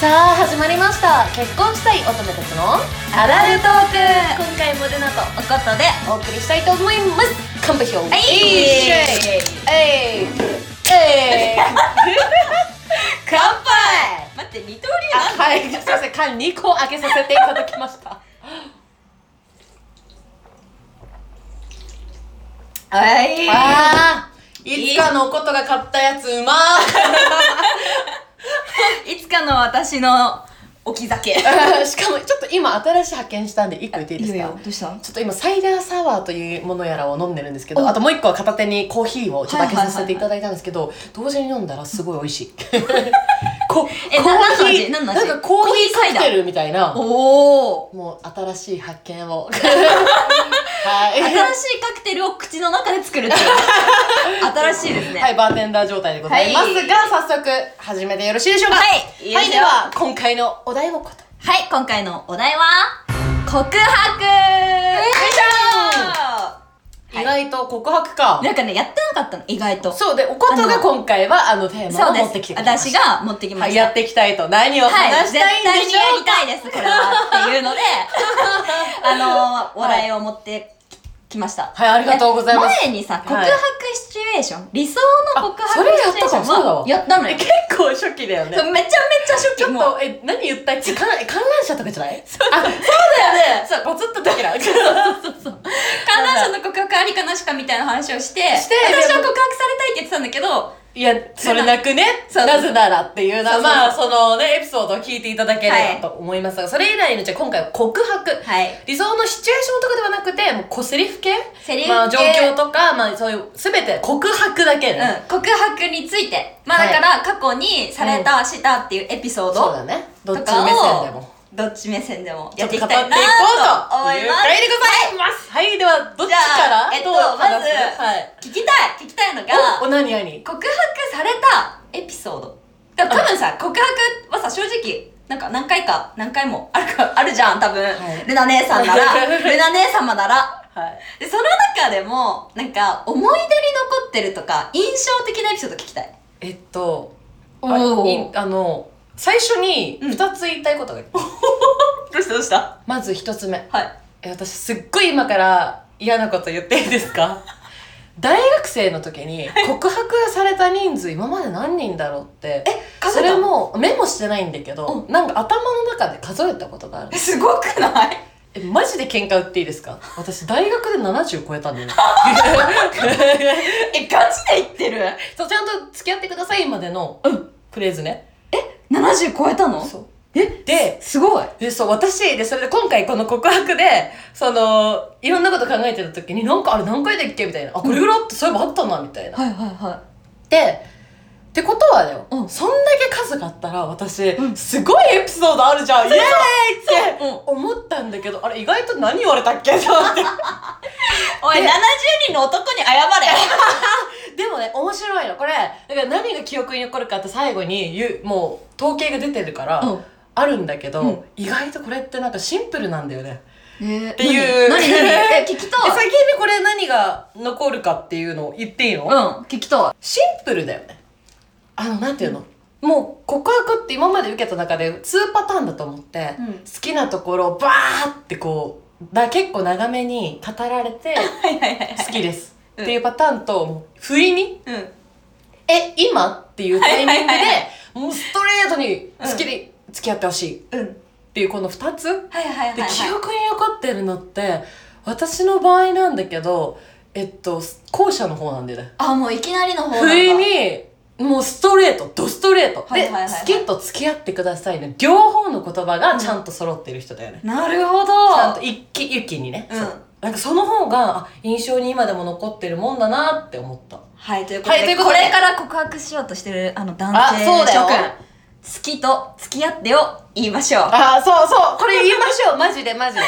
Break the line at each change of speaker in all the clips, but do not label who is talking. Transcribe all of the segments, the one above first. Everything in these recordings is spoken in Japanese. さあ始まりました結婚したい乙女たちの
アダルトーク
今回もルナと
おことで
お送りしたいと思います完璧よ
はい
えいえい
乾杯待って二刀流
あ
なんだ
はいすいません缶2個開けさせていただきました
はい
あーいつかのおことが買ったやつうま
いつかの私の置き酒
ーしかもちょっと今新しい発見したんで1個言っていいですか
どうした
ちょっと今サイダーサワーというものやらを飲んでるんですけど
お
あともう一個は片手にコーヒーをちょっと開け
はいはいはい
させていただいたんですけど、同時に飲んだらすごい美味しい こ
え
コ
な
ーヒー
何の味何の
な
味
んかコーヒ
コーヒーサ
ーカ
イダー
クテルみたいな
おお
もう新しい発見をはい
新しいカクテルを口の中で作るっていう 新しいですね
はいいバーテンダー状態でございますが、早速始めてよろしいでしょうか
はいいいですよ
では今回のお題をこと
はい今回のお題は告白よいしょ
意外と告白か、
なんかねやってなかったの意外と
そうでおことが今回はあのテーマ
そ
を
うで
持っ
す
てきてくれまし
私
た
が持ってきま
はい、
した
やっていきたいと何を
はい、
話し
絶
たいん
対
で
に
しょう
や
か
りたいですこれはってい うのであのお題を持ってきました
はいありがとうございます
え前にさ告
はい
白シチュエーション、理想の告
あそ
白
れ
シチュエーション
やったかそうだわ
はやったのよ
結構初期だよね
そうめちゃめちゃ
ち
初期
ょっ
もう
とえ何言ったっけ観観覧車とかじゃないそうあそうだよね そうボツっと 時だそう
観覧車の告白ありかなしかみたいな話をして
して
私は
で
告白されたいって言ってたんだけど
いやそれなくね
そう
なぜならっていうのは
そうそう
まあそのねエピソードを聞いていただければと思いますが、それ以来のじゃあ今回は告白
はい
理想のシチュエーションとかではなくてもうこうセリフ系
セリフ系
まあ、状況とか、まあ、そういう全て告白だけ、
う
ね
ん、告白についてま
は
あ
い
だから過去にされた、したっていうエピソー
そう
ド
だねど
と
っち目
か
線
を
でも
どっち目線でも
ちょ
や
っ
っ
と
てい
語
き
ってい
た
こ
いな
う
と
と
思
い
いうま
回
す
でございますはいではどっちから
じゃあえっと
どう話す
まず
はい
聞きたい聞きたいのが
おお何何
告白されたエピソードだから多分さ告白はさ正直なんか何回か何回もあるかあるじゃん多分、
はい
ルナ姉さんなら ルナ姉様なら
はい
でその中でもなんか思い出に残ってるとか印象的なエピソード聞きたい
えっとあ
お
い
ー
あの最初に
うん
2つ言いたいことがある、
どうしたどうした
まず1つ目
はい
え私すっごい今から嫌なこと言っていいですか大学生の時に告白された人数今まで何人だろうって
え数
そ
えた
れもメモしてないんだけど、なんか頭の中で数えたことがある
えすごくない
えマジで喧嘩売っていいですか私大学で70超え たんだよ
えガチで言ってる
そうちゃんと付き合ってくださいまでの
うん
フレーズね、
70超えたの
そう
え
です
ごい
でそう私でそれで今回この告白でそのいろんなこと考えてた時になんかあれ何回だっけみたいなあこれぐらいあってそういえばあったなみたいな、
はいはいは
でってことはだよ、
うん
そんだけ数があったら私、
うん
すごいエピソードあるじゃんイエーイっ
そううん
て思ったんだけどあれ意外と何言われたっけと思って
おい70人の男に謝れ
でもね面白いのこれだから何が記憶に残るかって最後に言うもう統計が出てるから、
うん
あるんだけど、
うん
意外とこれってなんかシンプルなんだよね。
え
ていう
何 何何え聞き
え
たい
先にこれ何が残るかっていうのを言っていいの、
うん聞きたい
シンプルだよね。あの、なんていうの、もう告白って今まで受けた中で2パターンだと思って、
うん
好きなところをバーってこう、だ結構長めに語られ て、
はいはいはい
好きです。
うん
っていうパターンと、もう不意に
うん
え今っていうタイミング
は
で
いはいは
もうストレートに好きで付き合ってほしいっ
うん
ていうこの2つ
はいはいはい
で
はい
記憶に残ってるのって私の場合なんだけどえっと後者の方なんだよね
あもういきなりの方なんだ
不意にもうストレートドストレート
はい
で
はいはいはい
好きと付き合ってくださいね両方の言葉がちゃんと揃ってる人だよね
なるほど
ちゃんと一気一気にね
うん
そうなんかその方があ印象に今でも残ってるもんだなって思った
はいということで,、
はいというこ
こと
で
れから告白しようとしてるあの男
あ
性
そうだよ
諸君好きと付き合ってを言いましょう
ああそうそうこれ言いましょう マジでマジで
う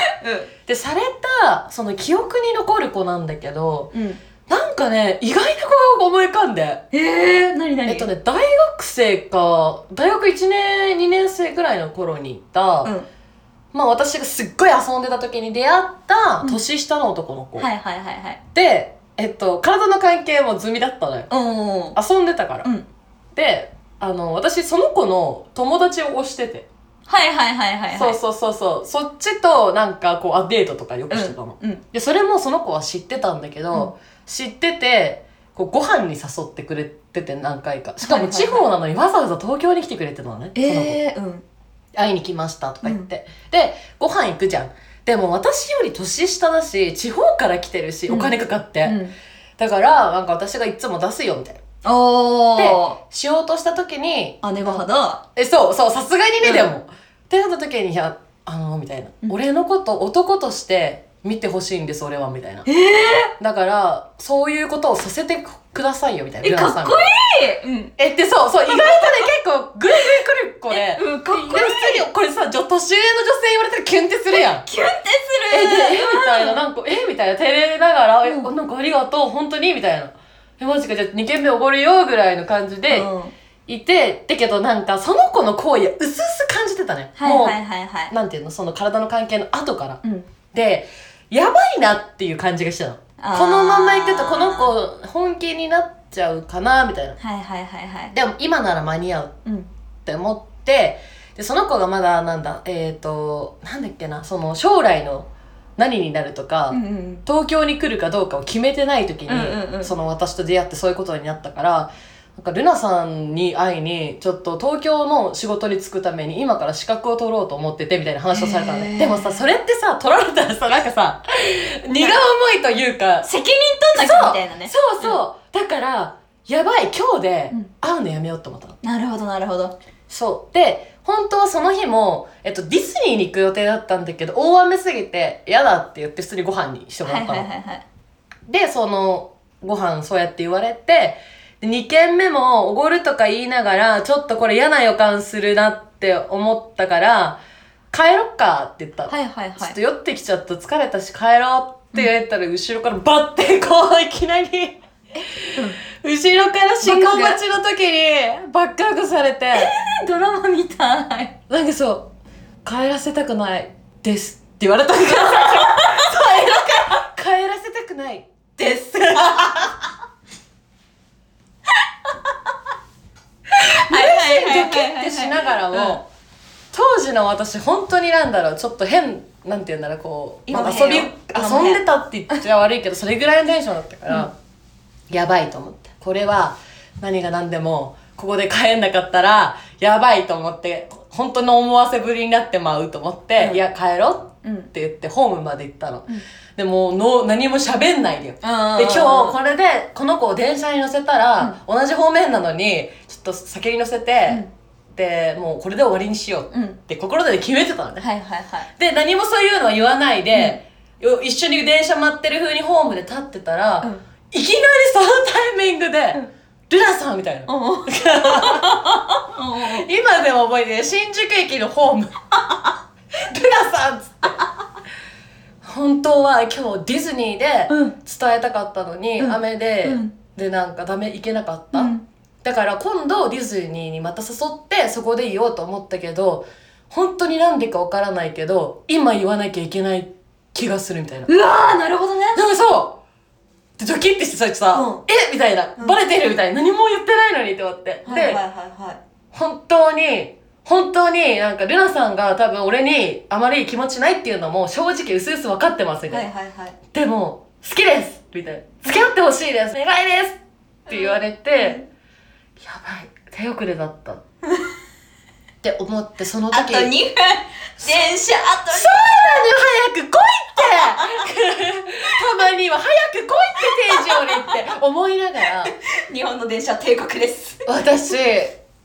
でされたその記憶に残る子なんだけど
んうん
なんかね意外な子が思い浮かんで
ええー、何何
えっとね大学生か大学1年2年生ぐらいの頃にいた、
うん
まあ私がすっごい遊んでた時に出会った
うん
年下の男の子、
はいはいはいはい
でえっと体の関係も済みだったのよ
おー
遊んでたから、
うん
であの私その子の友達を推してて、
はいはいはいはいはい
そうそうそうそうそっちとなんかこうあデートとかよくしてたの、
うんうん
でそれもその子は知ってたんだけど、知っててこうご飯に誘ってくれてて何回かしかも
はいはい
地
はい
方なのにわざわざ東京に来てくれてたのね、その子
ええうん
会いに来ましたとか言って、でご飯行くじゃんでも私より年下だし地方から来てるし
う
お
ん
金かかって、
うん
だからなんか私がいつも出すよみたいな
おー
しようとした時に
姉御肌
えそうそうさすがにね、
うん
でもってなった時に「いやあの」みたいな、
うん
俺のこと男として見てほしいんです俺は」みたいな
え
だからそういうことをさせてくださいよみたいな
え
ルナ
か
さん
っ
が
こいいうん
えってそうそう意外とね結構グイグイくるこれ
えうんかっこいい
でも普通にこれさ女年上の女性言われたらキュンってするやん
キュンってす
え、
る
で、え、みたいな、なんか、え、みたいな、照れながら、え、
うん
なんかありがとう、本当にみたいな。え、マジか、じゃあ2軒目おごるよ、ぐらいの感じで、
うん
いて、だけどなんか、その子の行為は薄々感じてたね。
はいはいはいは
もう、
い
なんていうの、その体の関係の後から。
うん
で、やばいなっていう感じがしたの。
あー
このままいくと、この子、本気になっちゃうかな、みたいな。
はいはいはいはい
でも、今なら間に合う。
うん
って思ってでその子がまだなんだえっ、となんだっけなその将来の何になるとか、
うんうん
東京に来るかどうかを決めてない時に、
うんうんうん
その私と出会ってそういうことになったからなんかルナさんに会いにちょっと東京の仕事に就くために今から資格を取ろうと思っててみたいな話をされたん
へ
で
ー
でもさそれってさ取られたらさなんかさ荷が重いというか
責任取んなきゃみたいなね
そうそう、だからやばい今日で
うん
会うのやめようと思ったの。
なるほどなるほど
そう。で、本当はその日も、えっと、ディズニーに行く予定だったんだけど、大雨すぎて、嫌だって言って、普通にご飯にしても
は
ら
い
った
は
の。
いはいはい
で、その、ご飯そうやって言われて、で2軒目もおごるとか言いながら、ちょっとこれ嫌な予感するなって思ったから、帰ろっかって言ったの。
はいはいは
ちょっと
い
酔ってきちゃった、疲れたし帰ろうって言ったら、後ろからバッてこう、いきなり、後ろから信号待ちの時に、バックアックされて、
ドラマみたい
なんかそう、帰らせたくないですって言われたから、 そう帰ら帰らせたくないです。何
はいはいはい
ドキッてしながら
うん
も、当時の私本当になんだろう、ちょっと変、なんて言うんだろう、こう、
今
ま
の
あ遊び、
変
遊
よ
んでたって言っちゃ悪いけど、それぐらいのテンションだったから、やばいと思って。これは何が何でも、ここで帰んなかったら、やばいと思って、本当の思わせぶりになってまうと思って、
うん
いや、帰ろう
うん
って言ってホームまで行ったの、
うん
でもの何も喋んないでよ、で
で
今日これでこの子を電車に乗せたら、同じ方面なのにちょっと先に乗せて、でもうこれで終わりにしよう
うん
って心で決めてたのね、
はいはいはい
で何もそういうのは言わないで、よ一緒に電車待ってる風にホームで立ってたら、
うん
いきなりそのタイミングで「
うん
ルナさん」みたいな、
おお
今でも覚えてる新宿駅のホームルナさんっつって本当は今日ディズニーで
うん
伝えたかったのに、
うん
雨で、
うん
でなんかダメ行けなかった、
うん
だから今度ディズニーにまた誘ってそこで言おうと思ったけど本当に何でかわからないけど今言わなきゃいけない気がするみたいな
うわーなるほどね
でもそうでドキッてしてささ、
うん
えみたいな、
うん
バレてるみたいな何も言ってないのにって思って、で、
はいはいはいはい
本当に、本当になんか、ルナさんが多分俺にあまり気持ちないっていうのも正直薄々分かってますみた
はいい
な。
はいはい
でも、好きですみたいな。付き合ってほしいです願いですって言われて、やばい、手遅れだった。って思って、その時。
あと2分電車あと
そうなのよ、早く来いって たまには早く来いって、定時よりって思いながら。
2日本の電車は帝国です
私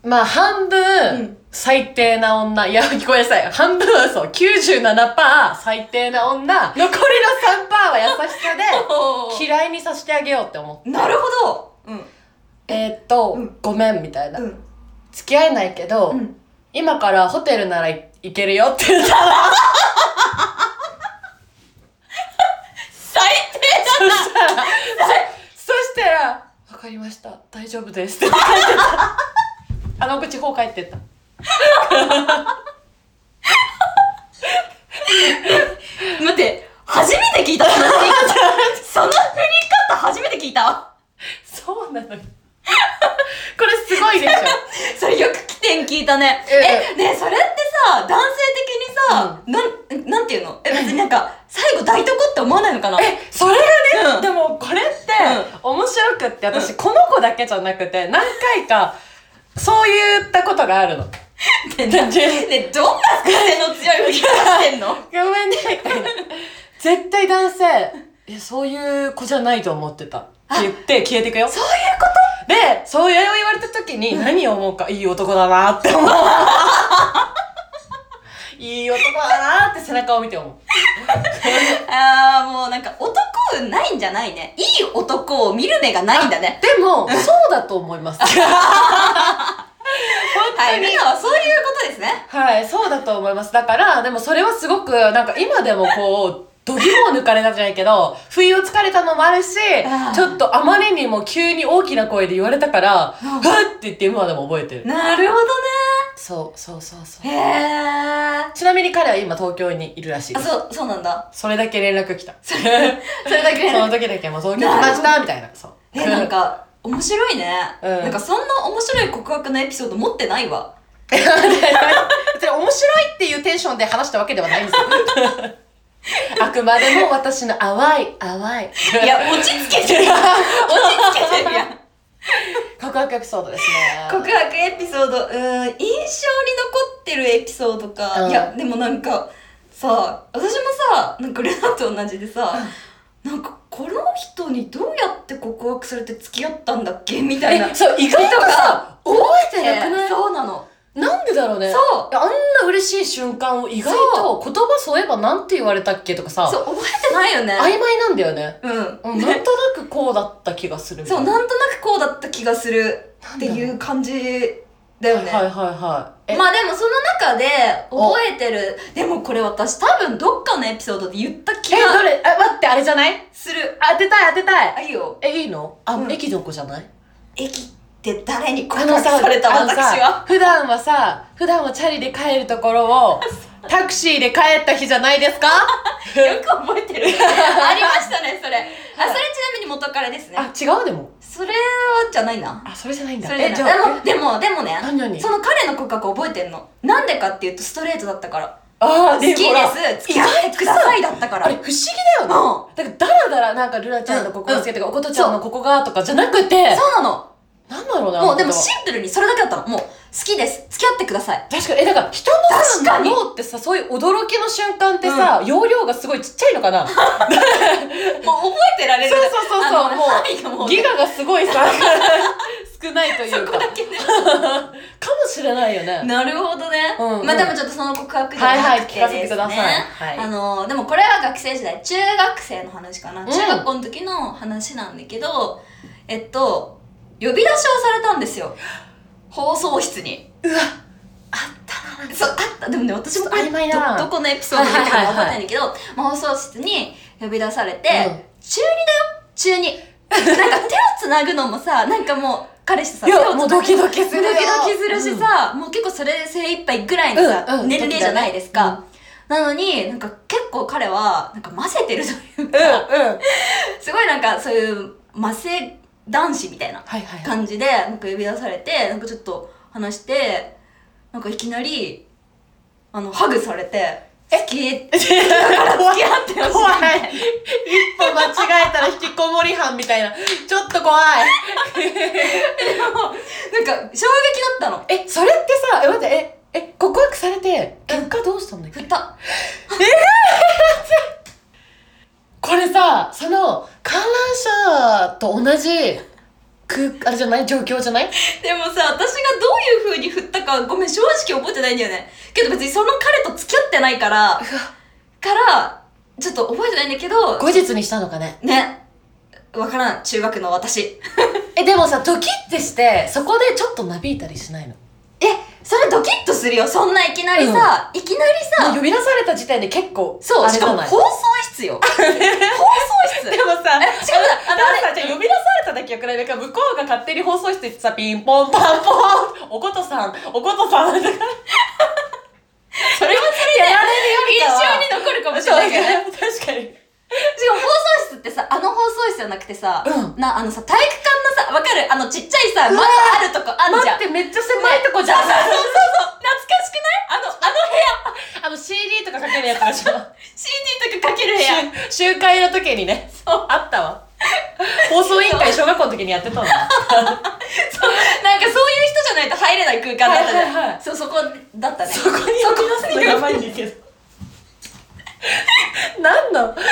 まあ半分、
うん
最低な女いやごめんなさい半分はそう97%最低な女残りの3%は優しさで 嫌いにさせてあげようって思う
なるほどうん
えーっと、
うん
ごめんみたいな、
うん
付き合えないけど、
うん
今からホテルなら行けるよって言った
最低
そしたらそそしたら「わかりました大丈夫です」っ て帰ってったあの口方帰ってった
だ待って初めて聞いたその振り方その振り方初めて聞いた
そうなのよ。これすごごいでしょ
それよく起点聞いたね。
え
え、ねえそれってさ、男性的にさ、なん、なんていうのえ、別になんか、最後抱いとこって思わないのかな
えそれがね、
うん
でもこれって面白くって私この子だけじゃなくて何回かそう言ったことがあるの。
ってなねどんな風の強い振り方してんの
ごめんねみたいな 絶対男性えそういう子じゃないと思ってたって言って消えていくよ
そういうこと
でそういう言われた時に何を思うかいい男だなって思う いい男だなって背中を見て思う
ああ、もうなんか男運ないんじゃないね。いい男を見る目がないんだね。
でもそうだと思います 本
は
当
い、
に
みんなはそういうことですね。
はい、そうだと思います。だから、でもそれはすごく、なんか今でもこう、度肝を抜かれたじゃないけど、不意をつかれたのもあるし
あー、
ちょっとあまりにも急に大きな声で言われたから、
うん
ふわって言って今でも覚えてる。
なるほど
そう、そうそうそう。
ね。へー。
ちなみに彼は今東京にいるらしい
あ、
です。
そう、そうなんだ。
それだけ連絡来た。それ
それだけ
その時だけもう東京に来ました、みたいな。そう。
え、なんか、面白いね。
うん
なんかそんな面白い告白のエピソード持ってな いわ。
別に面白いっていうテンションで話したわけではないんです よ。あくまでも私の淡い、淡い。
いや、落ち着 けてるやん。落ち着けてるやん。
告白エピソードですね。
告白エピソード、うーん、印象に残ってるエピソードか。
うん
いや、でもなんか、さ、私もさ、なんかレナと同じでさ、なんか、この人にどうやって告白されて付き合ったんだっけみたいな。
えそう意外とさ
人が
覚えてなくない
えーそうなの。
なんでだろうね
そう
いやあんな嬉しい瞬間を意外と言葉そういえばなんて言われたっけとかさ
そう、覚えてないよね。
曖昧なんだよね
うん。
うんなんとなくこうだった気がするみた
そう、
いな
なんとなくこうだった気がするっていう感じだよね。
はいはいはいえ、
まあでもその中で覚えてる、でもこれ私多分どっかのエピソードで言った気
えど
が
れあ待ってあれじゃない
する。
当てたい当てた
あ、
い
いいよ。
えいいのあ、
うん
駅の子じゃない
駅って誰に告白された
あのさ
私は。
普段はさ普段はチャリで帰るところをタクシーで帰った日じゃないですか
よく覚え てる。ありましたね、それ。あ、それちなみに元彼ですね。
あ違うでも
それはじゃないな。
あそれじゃないんだ
それ
え
じ
じ
ゃな
ゃあ
い。でも、でも、でもね
え、何何
その彼の告白覚えてんの。なんでかっていうとストレートだったから。
あ
好
ー
きで
ほら
す、付き合ってくださいだったから。
あれ不思議だよね。
う
だからだらだらなんかルナちゃんのここが好きとか、おことちゃんのここがとかじゃなくて、
そうなの。
なんだろうな。
もうでも
あの
シンプルにそれだけだったの。もう好きです。付き合ってください。
確かに、え、だから人
確か
の
に
さ脳ってさ、そういう驚きの瞬間ってさ、容量がすごいちっちゃいのかな そう
もう覚えてられる。
そうそうそう、
あの範囲がも
も
う
う、
ね
ギガがすごいさ、 少ないというか、
そこ
か
だけね。
もしれないよね。
なるほどね。
うんうん
まあでもちょっとその告白じゃなく
はい
てですね。
はい聞かせてくださいはい
あのーでもこれは学生時代、中学生の話かな。
ん
中学校の時の話なんだけど、えっと、呼び出しをされたんですよ。放送室に。
うわ、
そう、あった。でもね、私もこれ
曖昧だな
ど、どこのエピソードだったか
はい
覚
はいはい
えてないんだけど、まあ放送室に呼び出されて、
うん
中二だよ中二。なんか手をつなぐのもさ、なんかもう、彼氏とさ、
い
手を
や、
つ
も
な
うド
ぐ
キドキするよ。
ドキドキするし
うん、
さ、もう結構それで精一杯ぐらいのさ、
うんうん
年齢じゃないですか、
うん
なのになんか結構彼はなんか混ぜてるという
う
か、
ん、うん。
すごいなんかそういう混ぜ男子みたいな
はいはい。
感じでなんか呼び出されてなんかちょっと話してなんかいきなりあのハグされて「好き」って
怖い
付き合ってほしい
怖い一歩間違えたら引きこもり犯みたいなちょっと怖い
なんか衝撃だったの。
えそれってさえ待ってええ告白されて結果どうしたんだっけ
振った
これさその観覧車と同じ空あれじゃない状況じゃない
でもさ、私がどういう風に振ったか、ごめん、正直覚えてないんだよね。けど別にその彼と付き合ってないから、から、ちょっと覚えてないんだけど、
後日にしたのかね
ね、わからん、中学の私。
えでもさドキッてしてそこでちょっとなびいたりしないの
え、それドキッとするよ、そんないきなりさ、いきな
もう
りさ、
呼び出された時点で結構
そう、
あれじ
しか
ゃ
も
ない
放送 室よ。放送室。
でもさ
え、しかもさ、
あ
あの
の
あ
さ、
れ
じゃあ呼び出されただけよくないだから向こうが勝手に放送室行ってさ、ピンポンパンポ ン、おことさん、おことさん、だから
それはそれで、
やられるより
印
かは
象に残るかもしれないけどね。
確かに。
しかも放送室ってさ、あの放送室じゃなくてさ、
う
な、あのさ、体育館のさ、わかるあのちっちゃいさ、窓あるとこあんじ
待
ゃ
っ
ん。
てめっちゃ狭いとこじゃん、
そうそうそうそう。懐かしくないあの、あの部屋。
あの CD とかかけるやつでしょ
CD とかかける部屋。
集集会の時にねあったわ放送委員会小学校の時にやってたの
そうなんかそういう人じゃないと入れない空間だったじゃん。
はいはいはい
そう、そこだったね。
そこに
そこ
呼び出すのやばいんだけど 何のなんでそこ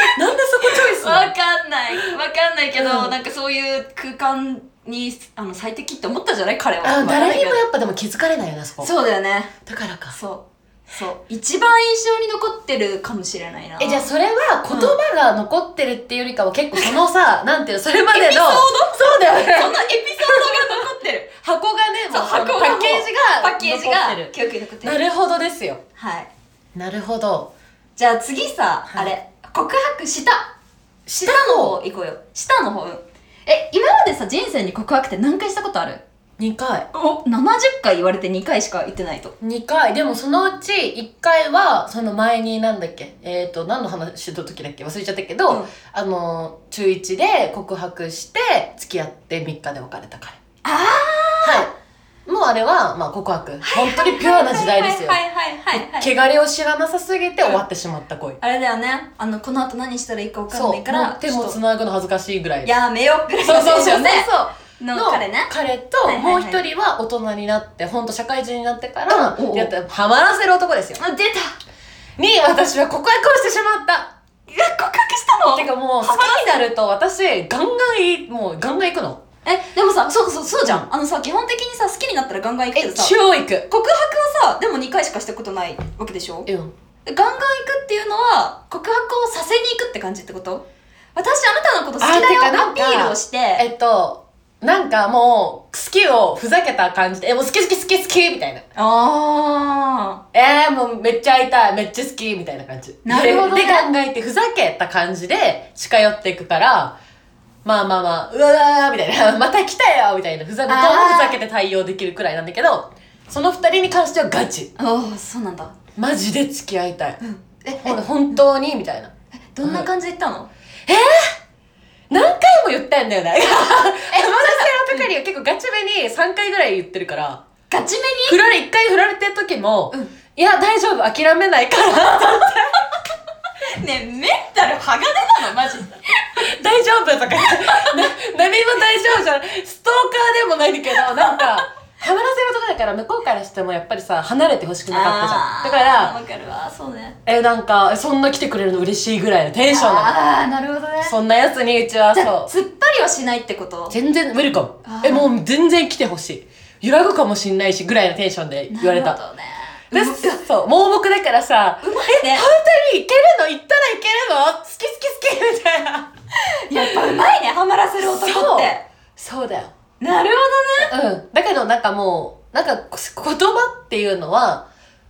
チョイスな
わ
の
かんない。わかんないけど、
うん
なんかそういう空間にあの最適って思ったじゃない彼は。
あ
わかんない
誰
け
に
ど
もやっぱでも気づかれないよねそこ
そうだよね。
だからか
そう。そう。一番印象に残ってるかもしれないな。
えじゃあそれは言葉が残ってるっていうよりかは結構そのさ、なんていうのそれまでの
エピソード
そうだよね
そのエピソードが残っ てる。
箱がね
そ
もう
う、箱が
パッケージが
パッケー
残
ジ
って
が
る
記憶に残って
な
る。
るほどですよ
はい。
なるほど
じゃあ次さ、
はい
あれ、告白した。
下
の方行こうよ。したの方。うんえ、今までさ、人生に告白って何回したことある
2回
お ?70 回言われて2回しか言ってないと。
2回でもそのうち1回はその前になんだっけえっ、ー、と何の話してた時だっけ忘れちゃったけど、
うん
あの中1で告白して付き合って3日で別れたから
あ
はいもうあれは、まあ、告白本当にピュアな時代ですよ
はいはいはいは
汚
い。
れを知らなさすぎて終わってしまった恋
あれだよね。あの、この後何したらいいか分かん
そ
な
う
いから、
手もつなぐの恥ずかしいぐらい
やめようぐらい
そうそうそうそう
ね。
そ
の
うの
彼ね。
彼
は
と
いはい
も
は
う
い
一人は大人になって本当社会人になってから
うんおうおう
やったハマらせる男ですよ
あ、出た
に私は告白をしてしまった
え、告白したの
てかもう好きになると私ガンガンいもうガンガン行くの
え、でもさ、そうそう、そうじゃん。あのさ、基本的にさ、好きになったらガンガン行くけ
え
どさ、
超行く
告白はさ、でも2回しかしたことないわけでしょ
うん
ガンガン行くっていうのは、告白をさせに行くって感じってこと私あなたのこと好きだ
あてかな
よ、ア
ん
ピ
か
ールをして、
えっとなんかもう好きをふざけた感じでえもう好き好き好き好きみたいな
あ
えー、もうめっちゃ会いたいめっちゃ好きみたいな感じ
なるほどね
でで考えてふざけた感じで近寄っていくからまあまあまあうわーみたいな また来たよみたいなふざ
ー
向こうもふざけて対応できるくらいなんだけどその二人に関してはガチ
ー。おー、そうなんだ。
マジで付き合いたい
え、
ほん本当にみたいな
どんな感じで行ったの
何回も言ったんだよねえ 友達の時には結構ガチめに3回ぐらい言ってるから
ガチめに
振られ1回振られてる時も、
うん
いや大丈夫諦めないから
ねえメンタル鋼なのマジで
大丈夫とかな 何も大丈夫じゃないストーカーでもないけどなんかはまらせるとこだから向こうからしてもやっぱりさ離れてほしくなかったじゃんだから
わかるわそうね
えなんかえそんな来てくれるの嬉しいぐらいのテンションな
ああなるほどね
のそんなやつにうちは
じゃあ
そう
突っ張りはしないってこと
全然ウェルカム
あー
えもう全然来てほしい揺らぐかもしんないしぐらいのテンションで言われ
なる
た
ほどね
で
う
そう盲目だからさ
まいね
本当にいけるの行ったらいけるの好き好き好きみたいな
やっぱうまいねハマらせる男って
そうそうだよ
なるほ
うん、だけどなんかもうなんかこ言葉っていうのは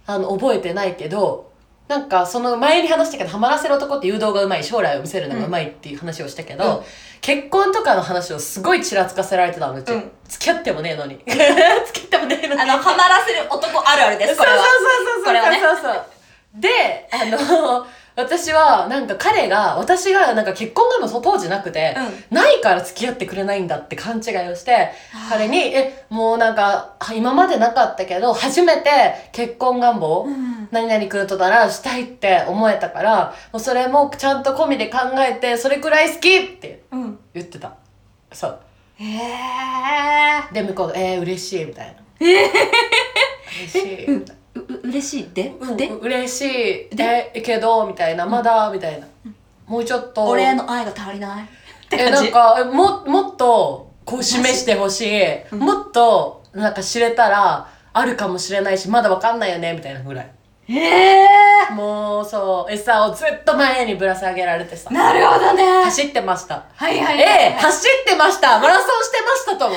あの覚えてないけどなんかその前に話したけどハマらせる男って誘導がうまい将来を見せるのがうまいっていう話をしたけど、
うん
結婚とかの話をすごいちらつかせられてたのうち、
うん
付き合ってもねえのに 付き合ってもねえの
ど
に
ねあのハマらせる男あるあるです
そ
こ
う
れはこれはね
そうそうそうそうそうそうであの 私はなんか彼が私がなんか結婚がもう当時なくて、ないから付き合ってくれないんだって勘違いをして
あー
彼に「えもうなんかあ今までなかったけど初めて結婚願望、
うん、うん、
何々くんとならしたいって思えたからもうそれもちゃんと込みで考えてそれくらい好きって
うん、
言ってたそう
へえ
で向こうが「えー、嬉しい」みたいな「嬉しい」
うんうう嬉しいで、
うん
で、
嬉しいでけど」みたいな「まだ」みたいな、もうちょっと
お礼の愛が足りないって
え
感
なん
じ
かえももっとこう示してほしい、
うん
もっとなんか知れたらあるかもしれないしまだわかんないよねみたいなぐらい
へえ
もうそう餌をずっと前にぶら下げられてさ
なるほどね
走ってました
はいはいはい、
ええ走ってましたマラソンしてましたとも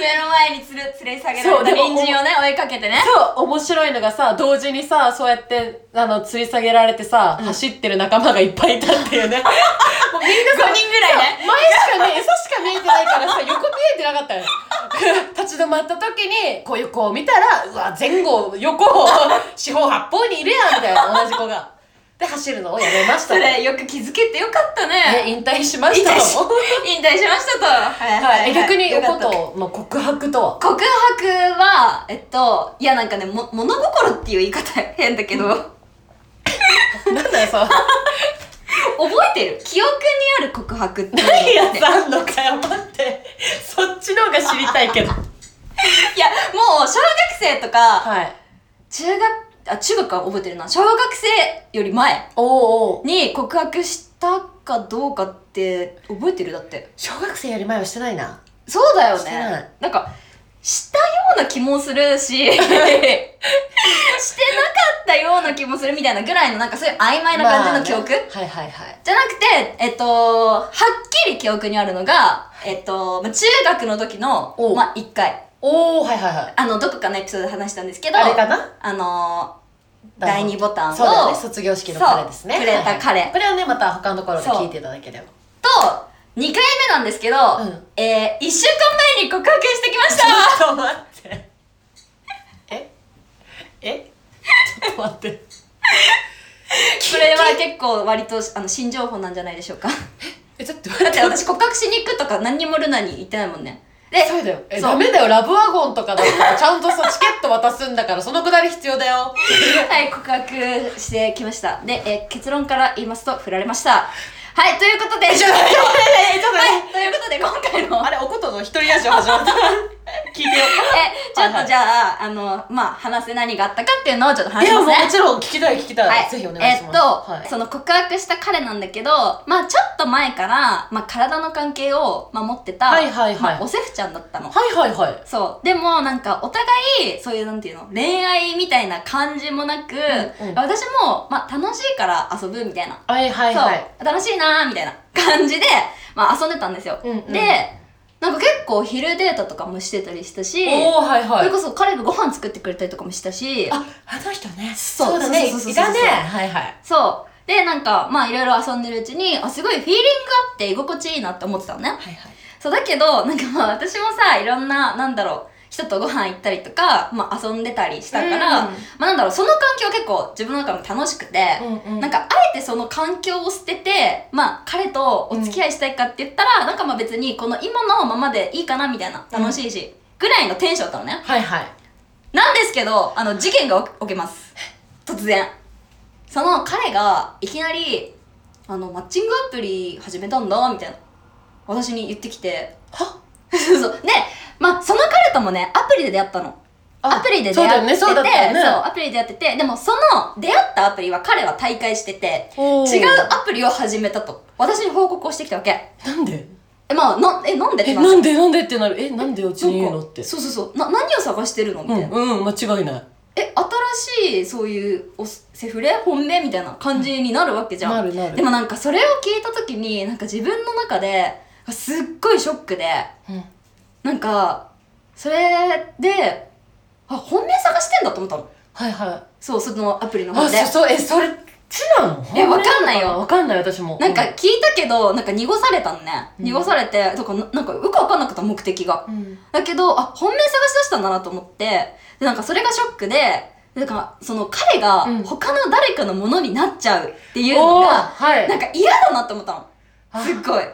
目の前につる連れ下げら
そう
れ
で
た
も
隣人をね追いかけてね
そう面白いのがさ同時にさそうやってあの吊り下げられてさ、走ってる仲間がいっぱいいたっていうね もうみんな
5
さ
人ぐらいね
前しかね、餌しか見えてないからさ、横見えてなかったよ。 立ち止まった時に、こう横を見たら、うわ、前後、横を、四方八方にいるやん、みたいな、同じ子が。で走るのをやめまし
そ
たとね
れよく気づけてよかったね
引退しました
引退し
と
引退しましたと、はい
はいえ逆にお
よかった
ことの告白とは
告白はえっといやなんかねも物心っていう言い方変だけど覚
なんだよさ
えてる記憶にある告白っていうのって
何やさんのかよ待ってそっちの方が知りたいけど
いやもう小学生とか
はい
中学あ中学は覚えてるな小学生より前
おうおう
に告白したかどうかって覚えてるだって
小学生より前はしてないな
そうだよ
してな
ね
い
なんかしたような気もする ししてなかったような気もするみたいなぐらいのなんかそういう曖昧な感じの記憶、
まあねはいはいはい
じゃなくて、えっと、はっきり記憶にあるのが、えっと、まあ中学の時の
お、う
まあ、一回、
おおはいはいはい
あの、どこかのエピソードで話したんですけど、
あれかな
あの、
第
第
五
2ボタンを、
そうだよね卒業式の彼ですね
そうくれた彼
はいはいこれはねまた他のところで聞いていただければ
と、2回目なんですけど、
うん
えー、1週間前に告白してきま し
ち
た
ょっと待ってええちょっと待って
これは結構割と、あの、新情報なんじゃないで しょうか。
えちょっと
だ
待
って私告白しに行くとか何にもルナに言ってないもんね。で、
そうだよえ
そう
ダメだよラブワゴンとかだったらちゃんとさチケット渡すんだからそのくだり必要だよ
はい、告白してきました。で、えー結論から言いますと、振られました。はい、ということで、
ちょっと待ってちょっと待っ
はい、ということで、今回の
て、あれおことの一人ラジオ始まった聞いてよ
え、ちょっとじゃあ、あの、まあ、話せ何があったかっていうのをちょっと話
い
し
やも
ます
う
ね
も。ちろん聞きたい聞きたい、
はい、
ぜひお願いします
えっと、
はい
その告白した彼なんだけど、まあちょっと前から、まあ体の関係を、まあ、持ってた、
はいはいはい
まあおセフちゃんだったの。
はいはいはい
そう。でも、なんか、お互い、そういう、なんていうの、恋愛みたいな感じもなく、
うんうん
私も、まあ、楽しいから遊ぶみたいな
はいはいはい
そう楽しいなーみたいな感じで、まあ、遊んでたんですよ、
うんうん
でなんか結構昼デートとかもしてたりしたし
おおはいは
そ
い
れこそ彼がご飯作ってくれたりとかもしたし
あ、あの人ね。
そう
だね。
そうそうそうそう
いたね。はいはい。
そうでなんかまあいろいろ遊んでるうちにあすごいフィーリングあって居心地いいなって思ってたのね
はいはい。
そうだけどなんかまあ私もさいろんななんだろう人とご飯行ったりとか、まあ、遊んでたりしたから、
うん
まあなんだろうその環境結構自分の中でも楽しくて、
うん
なん、かあえてその環境を捨てて、まあ、彼とお付き合いしたいかって言ったら、なんかまあ別にこの今のままでいいかなみたいな
うん
楽しいし、ぐらいのテンションだったのね
はいはい。
なんですけどあの事件が起き起きます突然その彼がいきなりあのマッチングアプリ始めたんだみたいな私に言ってきて
は
そうそうでまあその彼ともねアプリで出会ったのアプリで出
そうだ
会
よ
っ
ね、
てて
そうだったよね。
そうアプリで出会っててでもその出会ったアプリは彼は退会してて
おー
違うアプリを始めたと私に報告をしてきたわけ
なんで
えまあなえなんでっ
え、
てなる
なんでなんでってなる。え、なんでうちに言うのって。
そうそうそうな何を探してるのみ
う
たい
ん
な、、
うん、間違いない。
え新しいそういうおセフレ本命みたいな感じになるわけじゃん、
なるなる。
でもなんかそれを聞いた時になんか自分の中ですっごいショックで
うん、
なんかそれであ本命探してんだと思ったの
はいはい。
そうそのアプリの
あ、
方で
そ、そう、え、それ、ちなの
えわかんないよ
わかんない、私も。
なんか聞いたけどなんか濁されたのね、
うん
濁されてとかななんかよく分かんなかった目的が
うん、うん。
だけど、あ、本命探し出したんだなと思って、で、なんかそれがショックで、でなんか、その彼が
うん
他の誰かのものになっちゃうっていうの
おー、
が、
はい。
なんか嫌だなって思ったの。
あ
すっごい。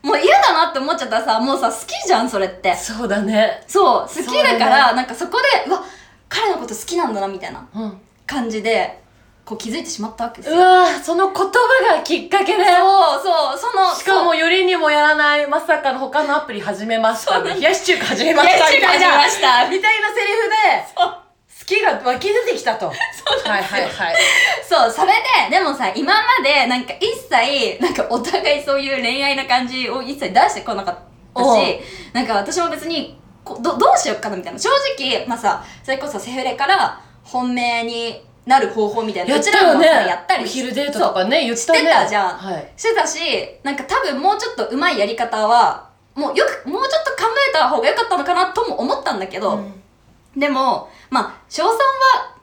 もう嫌だなって思っちゃったらさ、もうさ、好きじゃん、それって。
そうだね。
そう、好きだ
そう
か
だ
ら、なんかそこで、うわ、彼のこと好きなんだな、みたいな
うん。
感じで、こう気づいてしまったわけです
う
よ。
わーその言葉がきっかけで。
そうそう、その、
しかも、よりにもやらない、まさかの他のアプリ始めました。冷やし中華始め
そう、
ました。
いや違う違う
みたいな
ました。
みたいなセリフで、
そう
好きが湧き出てきたと。そうなんですはいはいはい。
そう、それで、でもさ、今まで、なんか一切、なんかお互いそういう恋愛な感じを一切出してこなかった
おう
し、なんか私も別にこど、どうしようかなみたいな。正直、まあさ、それこそセフレから本命になる方法みたいな、
や
う
っ
ち
た
ら
よ
も
ね。
さ、やったり
お
し
昼デートとかね、言ったね。
してたじゃん
はい。
してたし、なんか多分もうちょっと上手いやり方は、もうよく、もうちょっと考えた方が良かったのかなとも思ったんだけど、でも、まあ、賞賛は、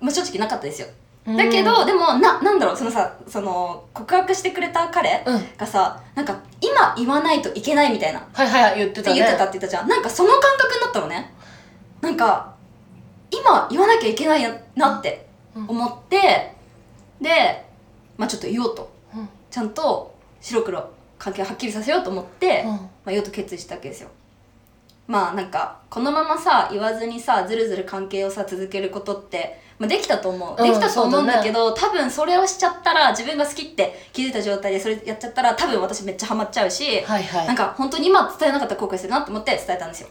まあ、正直なかったですよ。
うん
だけど、、でもななんだろうそのさその告白してくれた彼
うん。
がさなんか今言わないといけないみたいなっ
はいはいはい、言って
て
たね。
言ってたって言ったじゃん、なんかその感覚になったのねなんか今言わなきゃいけないなって
うん
思って、でまあちょっと言おうと
うん
ちゃんと白黒関係をはっきりさせようと思って、
うん
まあ、言おうと決意したわけですよまあなんかこのままさ言わずにさずるずる関係をさ続けることって、まあ、できたと思う、
うん
できたと思うんだけ
そう
ど多分それをしちゃったら自分が好きって気づいた状態でそれやっちゃったら多分私めっちゃハマっちゃうし、
はいはい
なんか本当に今伝えなかったら後悔するなと思って伝えたんですよ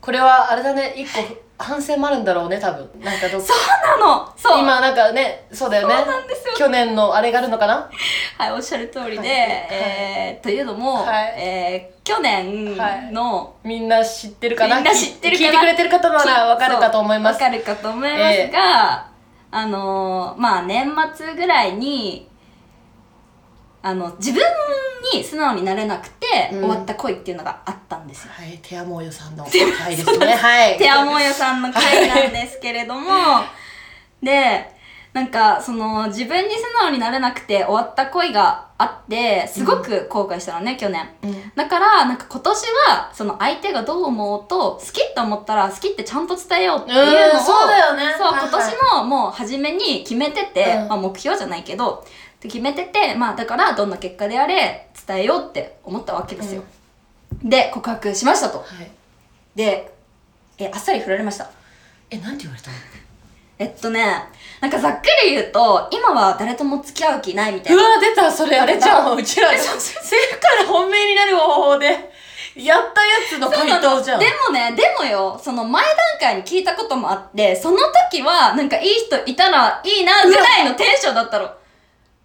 これはあれだね一個反省もあるんだろうね多分なんかどっか
そうなのそう
今なんかねそうだよね
そうなんですよ
去年のあれがあるのかな
はい、おっしゃる通り
は
で、
い
えーというのも、
はい
えー去年の、
みんな知ってるかな
みんな知ってるかな
聞いてくれてる方ならわかるかと思います
そうわかるかと思いますが、
ええ
あのーまあ年末ぐらいに、あの、自分に素直になれなくて、
うん
終わった恋っていうのがあったんですよ。
はい、テアモーヨさんの回ですね。はい。
テアモーヤさんの回なんですけれ ども、で、なんか、その、自分に素直になれなくて終わった恋があって、すごく後悔したのね、去年。
うん
だから、なんか今年は、その相手がどう思おうと、好きって思ったら、好きってちゃんと伝えようっていうのを、
うんそうだよね
そう、
はいはい
今年のもう初めに決めてて、
うん
まあ目標じゃないけど、って決めてて、まあだから、どんな結果であれ、伝えようって思ったわけですよ。で、告白しましたと。
はい。
で、え、あっさり振られました。
え、なんて言われたの
えっとね、なんかざっくり言うと、今は誰とも付き合う気ないみたいうな。
わ、出たそれあれじゃんうちら、セルから本命になる方法で、やったやつの回答じゃん
で。もね、でもよ、その前段階に聞いたこともあって、その時は、なんかいい人いたらいいな、ぐらいのテンションだったの。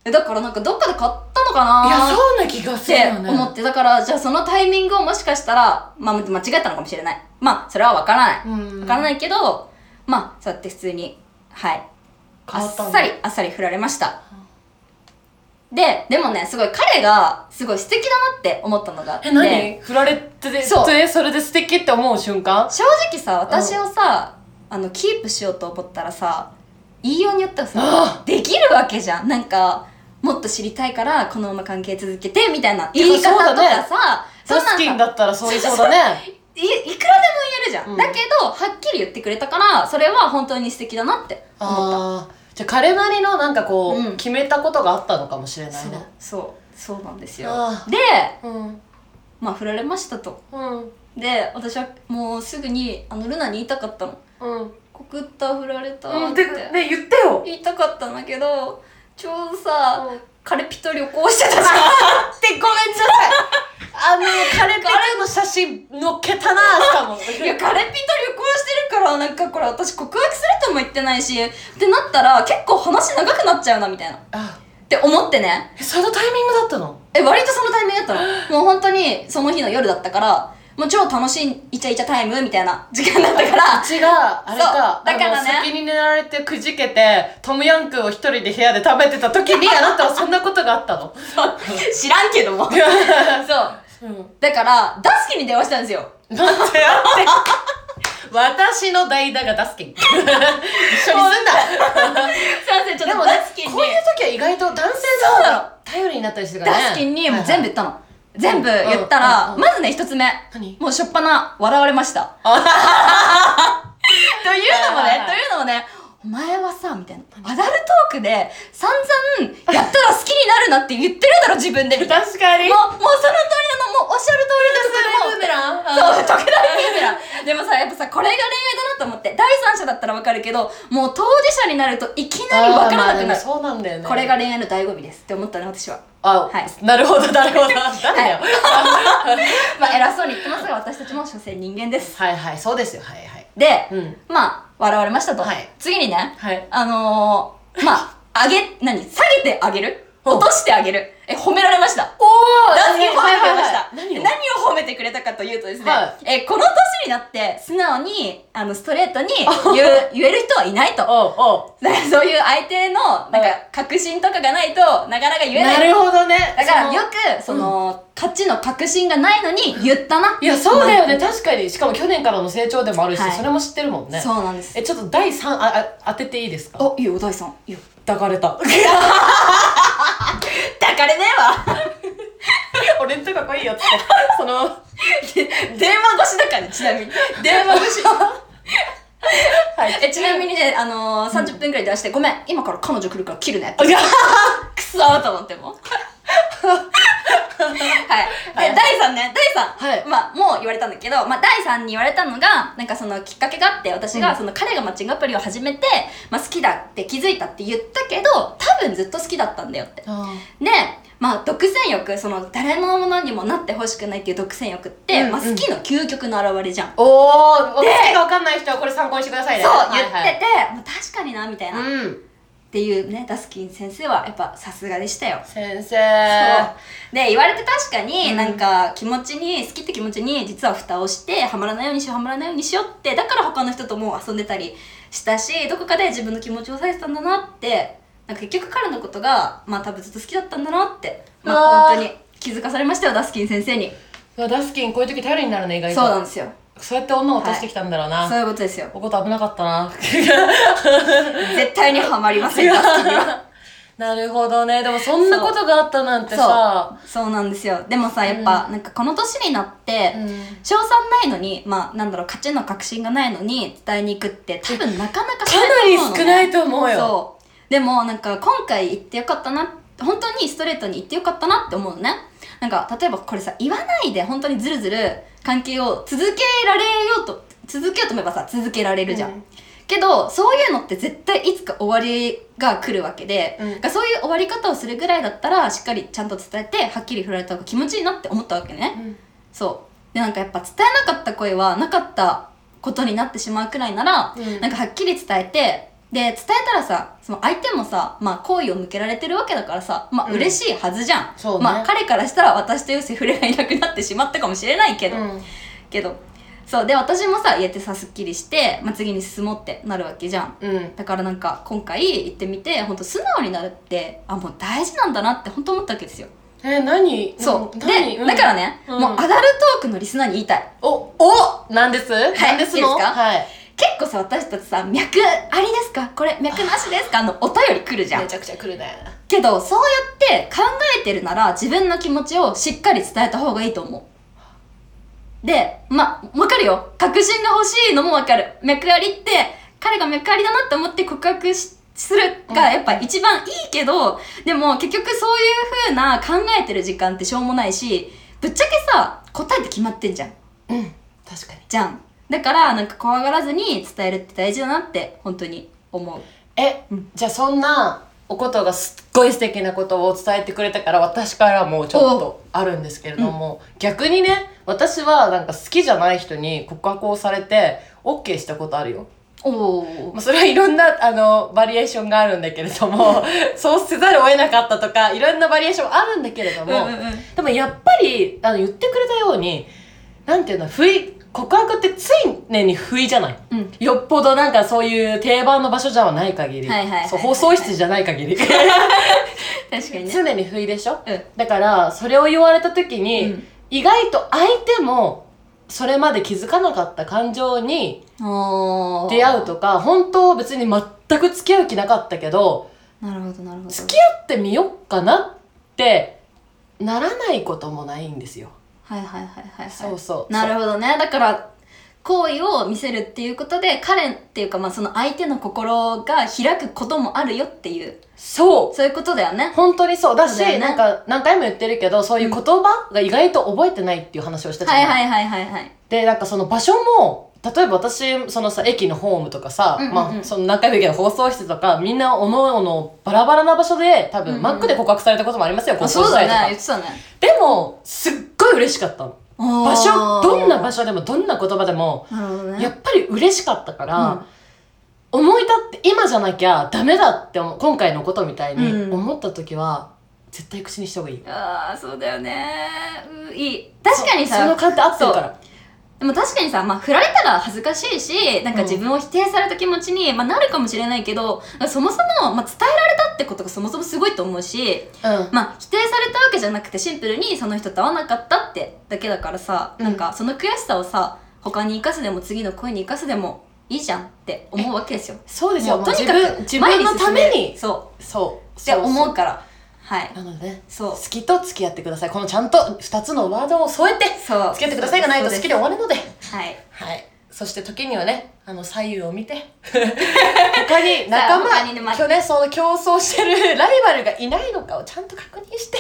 えだからなんかどっかで買ったのか
いや、
な
そうな気が
っ
する
て
よね。
思って、だから、じゃあそのタイミングをもしかしたら、まあ間違えたのかもしれない。まあ、それはわからない。
うん
わからないけど、まあ、そうやって普通に、はい、
変わった
あ
ん
っ
だ
さりあっさり振られましたででもねすごい彼がすごい素敵だなって思ったのがあって
え、何振られてて、
そう
でそれで素敵って思う瞬間
正直さ私をさ、あのキープしようと思ったらさ言いようによってはさ
あ
できるわけじゃんなんかもっと知りたいからこのまま関係続けてみたいな言い方と
そう
か
だね
さ
ダ
んな
ス
ん
キ
さ
ンだったらそう言いそうだね。
いいくらでも言えるじゃん、
うん
だけどはっきり言ってくれたからそれは本当に素敵だなって思った
あー。じゃあ彼なりのなんかこ
うん
う、決めたことがあったのかもしれない
そう
ね。
そうそうなんですよ
あ
で
うん。
まあ振られましたと
うん。
で私はもうすぐにあのルナに言いたかったの
うん。
「告った振られた」
うん。
っ
で、
て
ね、言ってよ。
言いたかったんだけどちょうどさ
うん
彼ピと旅行してたじゃん
ってごめんなさいあのカレピカの写真のっけたなしかも
いや彼ピと旅行してるからなんかこれ私告白するとも言ってないしってなったら結構話長くなっちゃうなみたいなっ
あ
て思ってね
えそのタイミングだったの
え割とそのタイミングだったのもう本当にその日の夜だったからもう超楽しいイチャイチャタイムみたいな時間だったから
うちがあれか
そうだからね
あの先に寝られてくじけてトムヤンクンを一人で部屋で食べてた時にあなたはそんなことがあったの
知らん けども そう
うん
だからダスキに電話したんですよ
待って待って 私の代打がダスキン一緒にすん な
すいませんちょっ
で
と
も
ダ
ね
スキンに
こういう時は意外と男性の方が頼りになったりするからね
ダスキンにもう全部言ったの、全部言った
うん
ら、
うん
まずね一つ目
何
もうしょっぱな笑われましたというのもねというのもねお前はさみたいなアダルトークで散々やったら好きになるなって言ってるだろ自分でみたいな
確かに
もう、もうその通りなの、もうおっしゃる通りです。
ラン
もう、そう、特大ブーメラン。でもさ、やっぱさ、これが恋愛だなと思って、第三者だったらわかるけど、もう当事者になるといきなりわからなくなる。
そうなんだよね
これが恋愛の醍醐味ですって思ったね、私は。
あ、
はい
なるほどなるほどなんだよ、
まあ、偉そうに言ってますが、私たちも所詮人間です。
はい、はいそうですよはいはい
で、
うん
まあ、笑われましたと。
はい
次にね、
はい
あのー、まあ、上げ、何下げてあげる
お
落としてあげるえ、褒められました。
おお
ダンスに褒めてくれました。
何
何
を
を褒めてくれたかというとですね、
は
えーこの年になって素直にあのストレー トに言う言える人はいないと。
おうおう
だからそういう相手のなんか
はい
確信とかがないとなかなか言えない。
なるほどね
だから
その
よくその、勝ちの確信がないのに言ったな。
いやそうだよね確かにしかも去年からの成長でもあるし、
はい
それも知ってるもんね
そうなんです。
えちょっと第3ああ当てていいですか
あ、いいよ、お大さん。いいよ。
抱かれた
抱かれねえわ
俺んとこ来いよってその
電話越しだから、ちなみに。電話 越し。
はい
え、ちなみにね、あのー、30分くらい出して、ごめん、今から彼女来るから切るねって
あいや
くそそと思ってもうはい、で第3ね第3、
はい
まあ、もう言われたんだけど、まあ、第3に言われたのがなんかそのきっかけがあって私
う
が
ん
その彼がマッチングアプリを始めて、まあ、好きだって気づいたって言ったけど多分ずっと好きだったんだよって
あ
で、まあ、独占欲その誰のものにもなってほしくないっていう独占欲って、
うん
まあ、好きの究極の表れじゃん、
おお好きが分かんない人はこれ参考にしてくださいね
そう
はい
言っ
は
て
い
て、まあ、確かになみたいな、っ
うん
ていうねダスキン先生はやっぱさすがでしたよ
先
そ
生
うで言われて確かに、
うん
なんか気持ちに好きって気持ちに実は蓋をしてハマらないようにしようハマらないようにしようってだから他の人とも遊んでたりしたしどこかで自分の気持ちを抑えてたんだなってなんか結局彼のことがまあ多分ずっと好きだったんだなって、ま
うわ
あ、
ー
本当に気づかされましたよダスキン先生に
うわダスキンこういう時頼りになるね意外と
そうなんですよ
そうやって女を落としてきたんだろうな、
そういうことですよ
おこと危なかったな
絶対にはまりませんダスキンには
なるほどねでもそんなことがあったなんて
そ
さ
うそうなんですよでもさやっぱ、なんかこの年になって、
うん
賞賛ないのにまあなんだろう勝ちの確信がないのに伝えに行くって多分なかな
か
か
なり少ないいと思うよ
そうでもなんか今回行ってよかったな本当にストレートに行ってよかったなって思うのねなんか例えばこれさ言わないで本当にずるずる関係を続けられようと続けようと思えばさ続けられるじゃん、
うん
けどそういうのって絶対いつか終わりが来るわけで、
うん
だからそういう終わり方をするぐらいだったらしっかりちゃんと伝えてはっきり振られた方が気持ちいいなって思ったわけね、
うん
そうでなんかやっぱ伝えなかった声はなかったことになってしまうくらいなら、
うん
なんかはっきり伝えてで伝えたらさその相手もさまあ好意を向けられてるわけだからさまあ
うん
嬉しいはずじゃん、
そうね
まあ彼からしたら私というセフレがいなくなってしまったかもしれないけど、
うん
けどそうで私もさ言えてさすっきりして、まあ、次に進もうってなるわけじゃん
うん
だからなんか今回行ってみて本当素直になるってあもう大事なんだなって本当思ったわけですよ
え何
そう。
ん
で、
何ん
だからね、
うん
もうアダルトークのリスナーに言いたい。
おおなんです、なんです
いいです
の
か
はい
結構さ、私たちさ、脈ありですかこれ、脈なしですかあの、お便り来るじゃん
めち。ゃくちゃ来るね
けど、そうやって考えてるなら、自分の気持ちをしっかり伝えた方がいいと思う。で、ま、わかるよ。確信が欲しいのもわかる。脈ありって、彼が脈ありだなって思って告白し、するがやっぱ一番いいけど、でも結局そういう風な考えてる時間ってしょうもないし、ぶっちゃけさ、答えって決まってんじゃん。
うん確かに
じゃんだからなんか怖がらずに伝えるって大事だなって本当に思う
え、
うん
じゃあそんなおことがすっごい素敵なことを伝えてくれたから私からもちょっとあるんですけれども、逆にね私はなんか好きじゃない人に告白をされて OK したことあるよ、
おお
まあ、それはいろんなあのバリエーションがあるんだけれども そうせざるを得なかったとかいろんなバリエーションあるんだけれども、でもやっぱりあの言ってくれたようになんていうの不意告白って常に不意じゃない
うん
よっぽどなんかそういう定番の場所じゃない限り、
はいはいはいはい
そう放送室じゃない 限り
確かにね
常に不意でしょ
うん
だからそれを言われた時に、
うん
意外と相手もそれまで気づかなかった感情に
おー
出会うとか本当別に全く付き合う気なかったけど
なるほどなるほど
付き合ってみよっかなってならないこともないんですよ。
はいはいはいはい、はい、
そうそう。
なるほどねだから好意を見せるっていうことで彼っていうかまあその相手の心が開くこともあるよっていう
そう
そういうことだよね
本当にそうだし
そうだよね
なんか何回も言ってるけどそういう言葉が意外と覚えてないっていう話をしたじゃな、
はいいはいはいはいはい
でなんかその場所も例えば私そのさ駅のホームとかさ、
うんうんうん
まあ、その何回も言うけど放送室とかみんなおのおのバラバラな場所で多分、
うんうん
マックで告白されたこともありますよ
あ
高校
そう
時代と
だね
か、
言ってたね
でもすっごい嬉しかったの場
場
所どんな場所でもどんな言葉でも
なるほどね
やっぱり嬉しかったから、
うん
思い立って今じゃなきゃダメだって思う今回のことみたいに
うん
思った時は、絶対口にした方がいい
ああそうだよねういい確かにさ
その勘って合ってるから
でも確かにさ、まあ、振られたら恥ずかしいしなんか自分を否定された気持ちに、まあ、なるかもしれないけどそもそも、まあ、伝えられたってことがそもそもすごいと思うし、
うん
まあ、否定されたわけじゃなくてシンプルにその人と会わなかったってだけだからさ、
うん
なんかその悔しさをさ他に生かすでも次の恋に生かすでもいいじゃんって思うわけですよ。
そうですよ
もう
もう
と
自
にかく
分自分のため
前進
に
めそう
そう
って思う
か
からはい
なのでね
そう
好きと付き合ってくださいこのちゃんと2つのワードを添えて
そう
付き合ってくださいがないと好きで終わるので
はい
はいそして時にはねあの左右を 見て他に仲
さあ他
間
にねまあ
去年その競争してるライバルがいないのかをちゃんと確認して、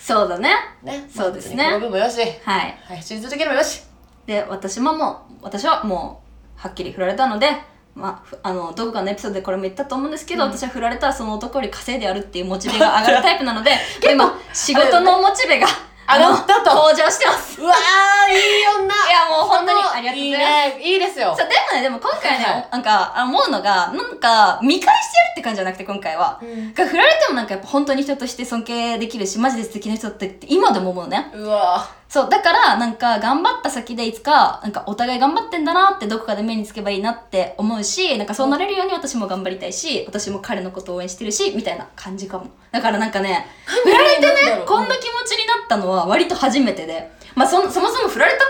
そうだね
ね、
そうですね
まあ別に転ぶもよし、
はい
はい、走り続けるもよし
で私ももう私はもうはっきり振られたのでまあふ、あのどこかのエピソードでこれも言ったと思うんですけど、私は振られたらその男より稼いでやるっていうモチベが上がるタイプなの で今仕事のモチベが
あれ上がったと
あの向上してます
うわーいい女
いやもう本当にありがとうございます
いいねいいですよ
そうでもねでも今回ね、
はい
なんかあ思うのがなんか見返してやるって感じじゃなくて今回は、
うん
が振られてもなんかやっぱ本当に人として尊敬できるしマジで素敵な人だってって今でも思うのね
うわ
そうだからなんか頑張った先でいつかなんかお互い頑張ってんだなってどこかで目につけばいいなって思うしなんかそうなれるように私も頑張りたいし私も彼のことを応援してるしみたいな感じかもだからなんかね振られて
なんだろ
ね
う
こんな気持ちになったのは割と初めてで、まあ、そそもそも振られたっ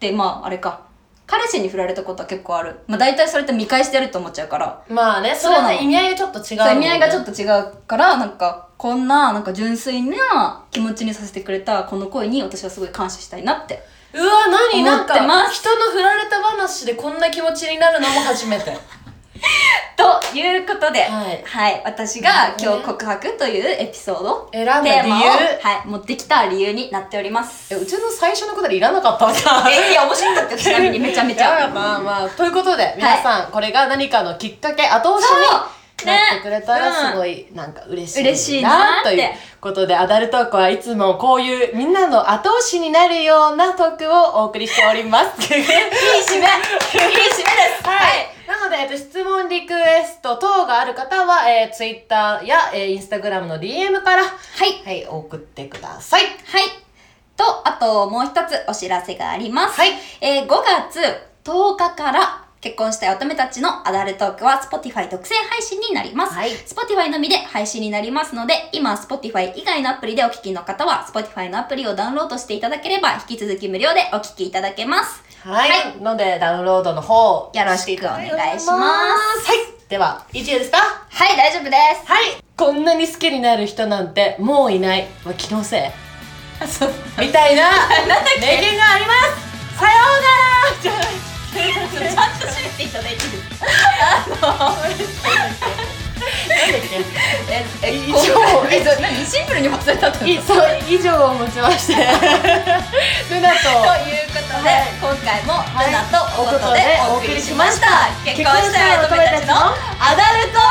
てまああれか彼氏に振られたことは結構ある、まあ、大体それって見返してやると思っちゃうから
まあねそ
そう
れ
なの
は意味合いがちょっと違う
そう意味合いがちょ
っ
っと違うからなんかこんななんか純粋な気持ちにさせてくれたこの恋に私はすごい感謝したいなって
とうわ何
思
なん
ってます
か人の振られた話でこんな気持ちになるのも初めて
ということで、
はい
私が
なるほど
今
ね
日告白というエピソード、
選んだ理由
テーマを、はい、持ってきた理由になっておりま す。
えうちの最初のくだりいらなかったんか
えー、いや、面白かったよちなみにめちゃめち
いや
ゃ。
まあまあということで皆さん、これが何かのきっかけ後押し
そう
に
ね
なってくれたら
うん
すごいなんか嬉しい
嬉しいなって
ということでアダルトークはいつもこういうみんなの後押しになるようなトークをお送りしております
いい締めいい締めですはい、
なので、えっと、質問リクエスト等がある方は、えー、Twitter や、えー、Instagram の DM から、
はい、
はい、送ってください。
はい。と、あともう一つお知らせがあります。
はい
えー5月10日から結婚したい乙女たちのアダルトークは Spotify 独占配信になります。
はい
Spotify のみで配信になりますので、今 Spotify 以外のアプリでお聞きの方は Spotify のアプリをダウンロードしていただければ引き続き無料でお聞きいただけます。
はい。
はい
ので、ダウンロードの方、
よろしくお願いします
はい。では、以上ですか
はい、大丈夫です。
はい。こんなに好きになる人なんて、もういない。まあ、気のせい。みたいな、名言があります。さようならじゃない
ちゃんと締めていただいてる。
なんだっけ
え、え、
以上
こうえ、何シンプルに忘れたってこと
いそう以上をもちま してルナ
と
と
いうことで、
はい
今回も
い
ルナとおことでお送りしました。
お送り
結
し
婚
ました
したい乙女たちのアダルト